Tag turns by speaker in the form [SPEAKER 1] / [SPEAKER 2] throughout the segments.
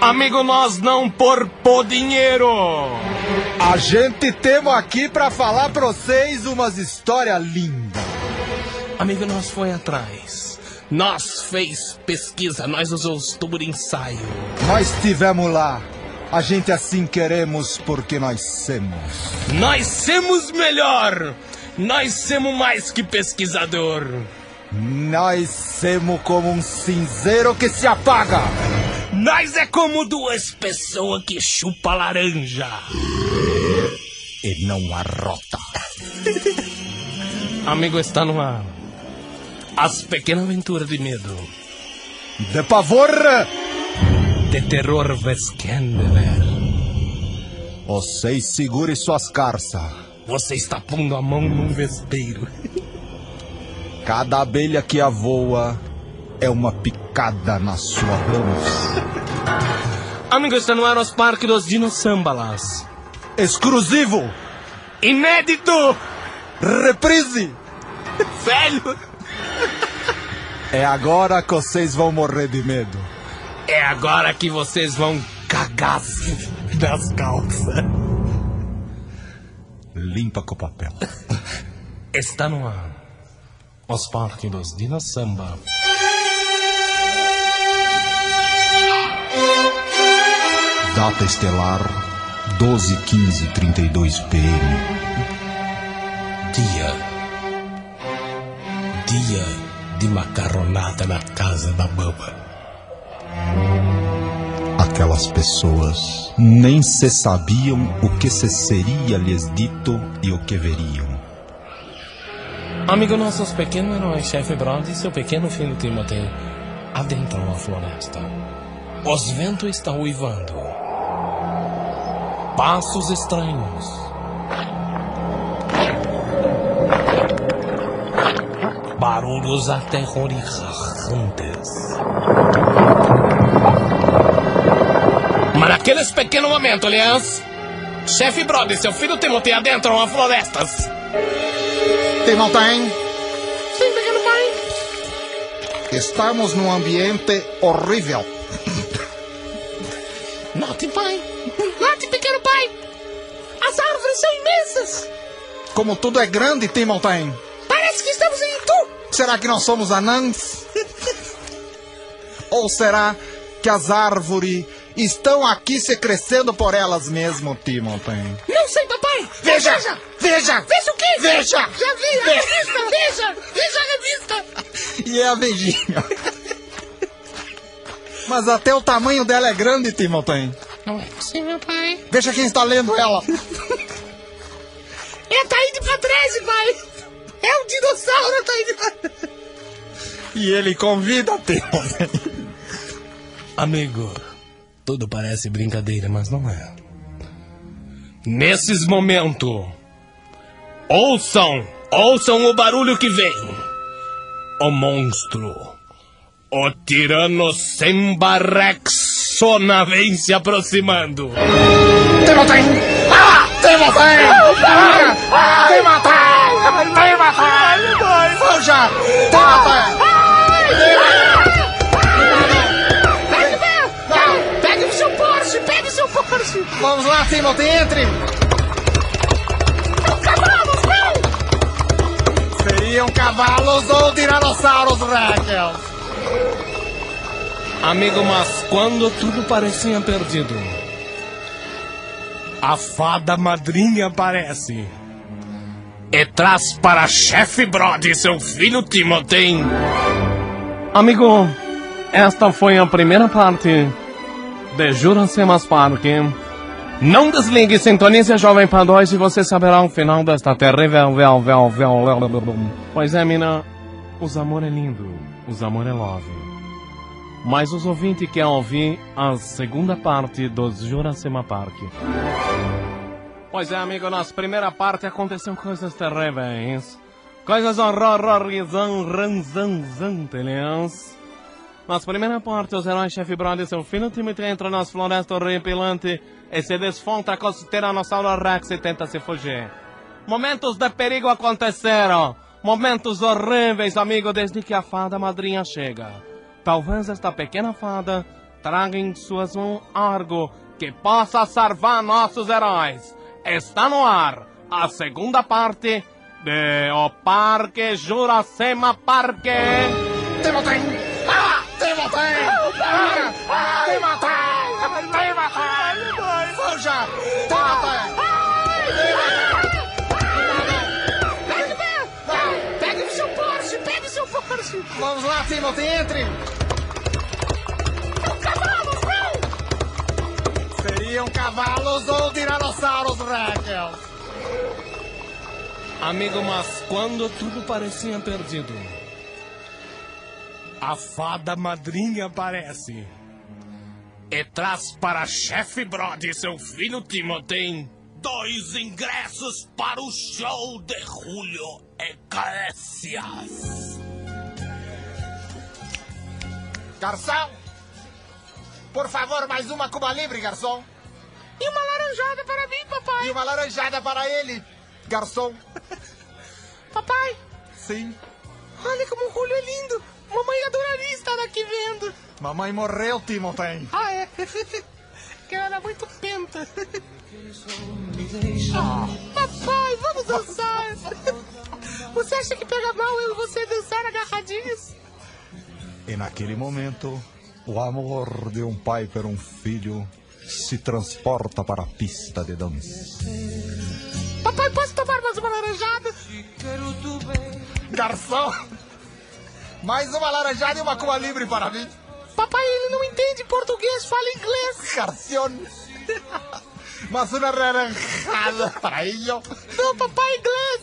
[SPEAKER 1] Amigo, nós não por pô dinheiro.
[SPEAKER 2] A gente temos aqui pra falar pra vocês umas histórias lindas.
[SPEAKER 1] Amigo, nós foi atrás. Nós fez pesquisa, nós usamos tubo de ensaio.
[SPEAKER 2] Nós estivemos lá. A gente assim queremos porque nós somos.
[SPEAKER 1] Nós semos melhor. Nós semos mais que pesquisador.
[SPEAKER 2] Nós somos como um cinzeiro que se apaga.
[SPEAKER 1] Nós é como duas pessoas que chupa laranja.
[SPEAKER 2] E não arrota.
[SPEAKER 1] Amigo, está no ar. As pequenas aventuras de medo.
[SPEAKER 2] De pavor,
[SPEAKER 1] De terror vesquendeler.
[SPEAKER 2] vocês segurem suas carças.
[SPEAKER 1] Você está pondo a mão num vespeiro.
[SPEAKER 2] Cada abelha que a voa é uma picada na sua bolsa.
[SPEAKER 1] Amigo, está no ar os parques dos dinossâmbalas.
[SPEAKER 2] Exclusivo!
[SPEAKER 1] Inédito!
[SPEAKER 2] Reprise!
[SPEAKER 1] Velho!
[SPEAKER 2] É agora que vocês vão morrer de medo.
[SPEAKER 1] É agora que vocês vão cagar das calças.
[SPEAKER 2] Limpa com papel.
[SPEAKER 1] Está no ar. Os parques dos dinossamba.
[SPEAKER 2] Data estelar 12:15:32 PM.
[SPEAKER 1] Dia. Dia de macarronada na casa da baba.
[SPEAKER 2] Aquelas pessoas nem se sabiam o que se seria lhes dito e o que veriam.
[SPEAKER 1] Amigo nossos pequeno herói, é chefe Brown e seu pequeno filho Timothy adentram a floresta. Os ventos estão uivando. Passos estranhos. Barulhos aterrorizantes. Mas naqueles pequeno momento, aliás, chefe Brody e seu filho Timothy adentram a florestas.
[SPEAKER 2] Tem não tem? Sim, pequeno pai. Estamos num ambiente horrível.
[SPEAKER 1] Note, pai. Note, pequeno pai. As árvores são imensas.
[SPEAKER 2] Como tudo é grande, tem montanha.
[SPEAKER 1] Parece que estamos em Itu.
[SPEAKER 2] Será que nós somos anãs? Ou será que as árvores estão aqui se crescendo por elas mesmo, Timothy?
[SPEAKER 1] Não sei, papai. Veja. Veja,
[SPEAKER 2] Veja!
[SPEAKER 1] o quê?
[SPEAKER 2] Veja!
[SPEAKER 1] Já vi a revista. Veja. Veja a revista.
[SPEAKER 2] E é a beijinha. Mas até o tamanho dela é grande, Timothy.
[SPEAKER 1] Não é possível, pai.
[SPEAKER 2] Veja quem está lendo ela.
[SPEAKER 1] É tá indo pra 13, pai. É um dinossauro, tá indo pra
[SPEAKER 2] E ele convida, Timothy.
[SPEAKER 1] Amigo, tudo parece brincadeira, mas não é. Nesses momentos, ouçam, ouçam o barulho que vem. O monstro, o tirano Sembarexona vem se aproximando.
[SPEAKER 2] Timothy! Ah! Timothy! Ah! Ah! Timothy! Timothy! Fuja! Timothy! Timothy, entre! Seriam cavalos ou tiranossauros, Raquel?
[SPEAKER 1] Amigo, mas quando tudo parecia perdido, a fada madrinha aparece e traz para chefe Brody seu filho Timothy. Amigo, esta foi a primeira parte de Jura-se Mais Parque. Não desligue, sintonize a Jovem Pan 2 e você saberá o final desta terrível... Vel, vel, vel, vel, vel, vel. Pois é, mina, os amor é lindo, os amor é love. Mas os ouvintes querem ouvir a segunda parte do Juracema Park. Pois é, amigo, nossa primeira parte aconteceu coisas terríveis. Coisas horrorizantes. Nossa primeira parte, os heróis chefe brother, seu filho Timothy entra nas florestas horripilantes e se desfonta com o Tiranossauro Rex e tenta se fugir. Momentos de perigo aconteceram. Momentos horríveis, amigo, desde que a fada madrinha chega. Talvez esta pequena fada traga em suas mãos algo que possa salvar nossos heróis. Está no ar a segunda parte de O Parque Juracema Parque.
[SPEAKER 2] Timothy! Ah! Timothy! Ah! Ah! Timothy! Timothy! Fuja! Timothy!
[SPEAKER 3] Pegue o seu Porsche, pegue o seu Porsche.
[SPEAKER 2] Vamos lá, Timothy, entre!
[SPEAKER 3] Cavalos, não!
[SPEAKER 2] Seriam cavalos ou tiranossauros, Raquel?
[SPEAKER 1] Amigo, mas quando tudo parecia perdido, a fada madrinha aparece e traz para chefe Brody seu filho Timothy dois ingressos para o show de Julio Iglesias.
[SPEAKER 2] Garçom! Por favor, mais uma Cuba Livre, garçom!
[SPEAKER 3] E uma laranjada para mim, papai.
[SPEAKER 2] E uma laranjada para ele, garçom!
[SPEAKER 3] Papai,
[SPEAKER 2] Sim,
[SPEAKER 3] olha como o Julio é lindo. Mamãe adoraria estar aqui vendo.
[SPEAKER 2] mamãe morreu, Timothy!
[SPEAKER 3] Ah, é? que ela era muito penta. Ah, papai, vamos dançar. Você acha que pega mal eu e você dançar agarradinhos?
[SPEAKER 2] E naquele momento, o amor de um pai por um filho se transporta para a pista de dança.
[SPEAKER 3] Papai, posso tomar mais uma laranjada?
[SPEAKER 2] Garçom! Mais uma laranjada e uma cuba livre para mim.
[SPEAKER 3] Papai, ele não entende português, fala inglês.
[SPEAKER 2] Garçom! Mas uma laranjada para ele.
[SPEAKER 3] Não, papai, inglês.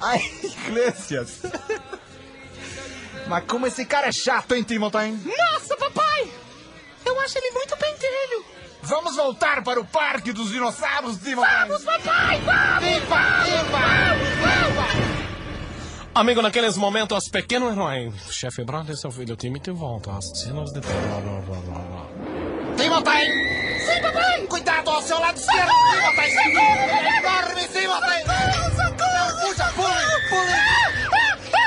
[SPEAKER 2] Ai, Iglesias. Mas como esse cara é chato, hein, Timothy?
[SPEAKER 3] Nossa, papai. Eu acho ele muito pentelho.
[SPEAKER 2] Vamos voltar para o Parque dos Dinossauros, Timothy!
[SPEAKER 3] Vamos, papai, vamos.
[SPEAKER 2] Viva, viva,
[SPEAKER 1] Amigo, naqueles momentos, pequeno herói, chefe Brody seu filho Timothy volta às cenas de terror.
[SPEAKER 2] viva! Timothy!
[SPEAKER 3] Sim, papai.
[SPEAKER 2] Cuidado ao seu lado esquerdo,
[SPEAKER 3] Papai,
[SPEAKER 2] Timothy!
[SPEAKER 3] socorro.
[SPEAKER 2] Dorme, Timothy!
[SPEAKER 3] Socorro, socorro.
[SPEAKER 2] Puxa, pule, pule!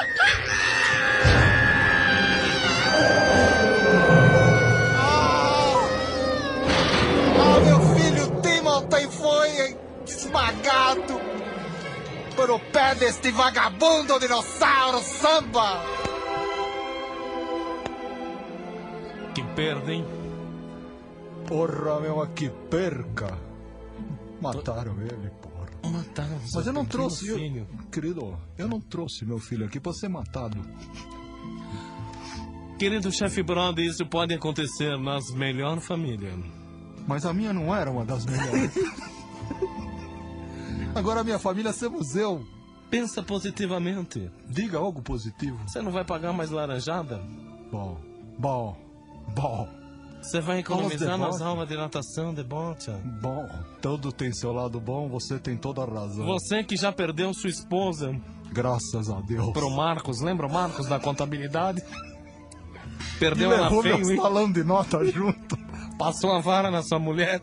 [SPEAKER 2] Ah, meu filho Timothy foi esmagado por o pé deste vagabundo dinossauro samba!
[SPEAKER 1] Que perdem.
[SPEAKER 2] Porra, meu, ah, que perca! Mataram ele, porra.
[SPEAKER 1] Mataram
[SPEAKER 2] Mas eu não trouxe, eu,
[SPEAKER 1] filho.
[SPEAKER 2] querido, eu não trouxe meu filho aqui pra ser matado.
[SPEAKER 1] Querido chefe Brody, isso pode acontecer nas melhor família.
[SPEAKER 2] Mas a minha não era uma das melhores. Agora a minha família somos eu.
[SPEAKER 1] Pensa positivamente.
[SPEAKER 2] Diga algo positivo.
[SPEAKER 1] Você não vai pagar mais laranjada?
[SPEAKER 2] Bom, bom, bom,
[SPEAKER 1] Você vai economizar
[SPEAKER 2] Aulas de
[SPEAKER 1] nas
[SPEAKER 2] bocha.
[SPEAKER 1] aulas de natação, de bocha.
[SPEAKER 2] bom. Todo tem seu lado bom, você tem toda a razão.
[SPEAKER 1] Você que já perdeu sua esposa
[SPEAKER 2] Graças a Deus.
[SPEAKER 1] pro Marcos, lembra o Marcos da contabilidade?
[SPEAKER 2] E
[SPEAKER 1] Perdeu ela
[SPEAKER 2] levou
[SPEAKER 1] feio,
[SPEAKER 2] meu
[SPEAKER 1] hein?
[SPEAKER 2] salão de nota junto.
[SPEAKER 1] passou uma vara na sua mulher.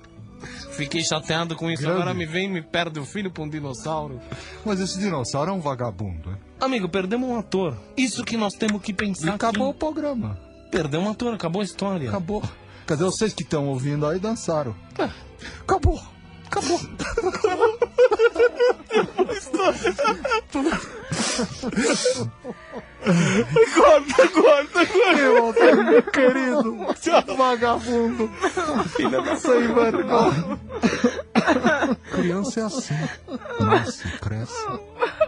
[SPEAKER 1] Fiquei chateado com isso,
[SPEAKER 2] Grande.
[SPEAKER 1] agora me vem e me perde o filho pra um dinossauro.
[SPEAKER 2] Mas esse dinossauro é um vagabundo. hein?
[SPEAKER 1] Amigo, perdemos um ator. Isso que nós temos que
[SPEAKER 2] E
[SPEAKER 1] pensar.
[SPEAKER 2] acabou o programa.
[SPEAKER 1] aqui. Perdeu um ator, acabou a história.
[SPEAKER 2] Acabou. Cadê vocês que estão ouvindo aí dançaram? Acabou.
[SPEAKER 3] Acabou.
[SPEAKER 4] Corta, corta, corta.
[SPEAKER 3] Meu querido. Vagabundo.
[SPEAKER 4] Filha da
[SPEAKER 3] Sem vergonha.
[SPEAKER 2] Criança é assim. Nasce, cresce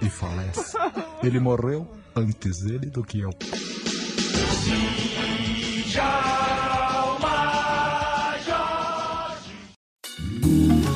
[SPEAKER 2] e falece. Ele morreu antes dele do que eu.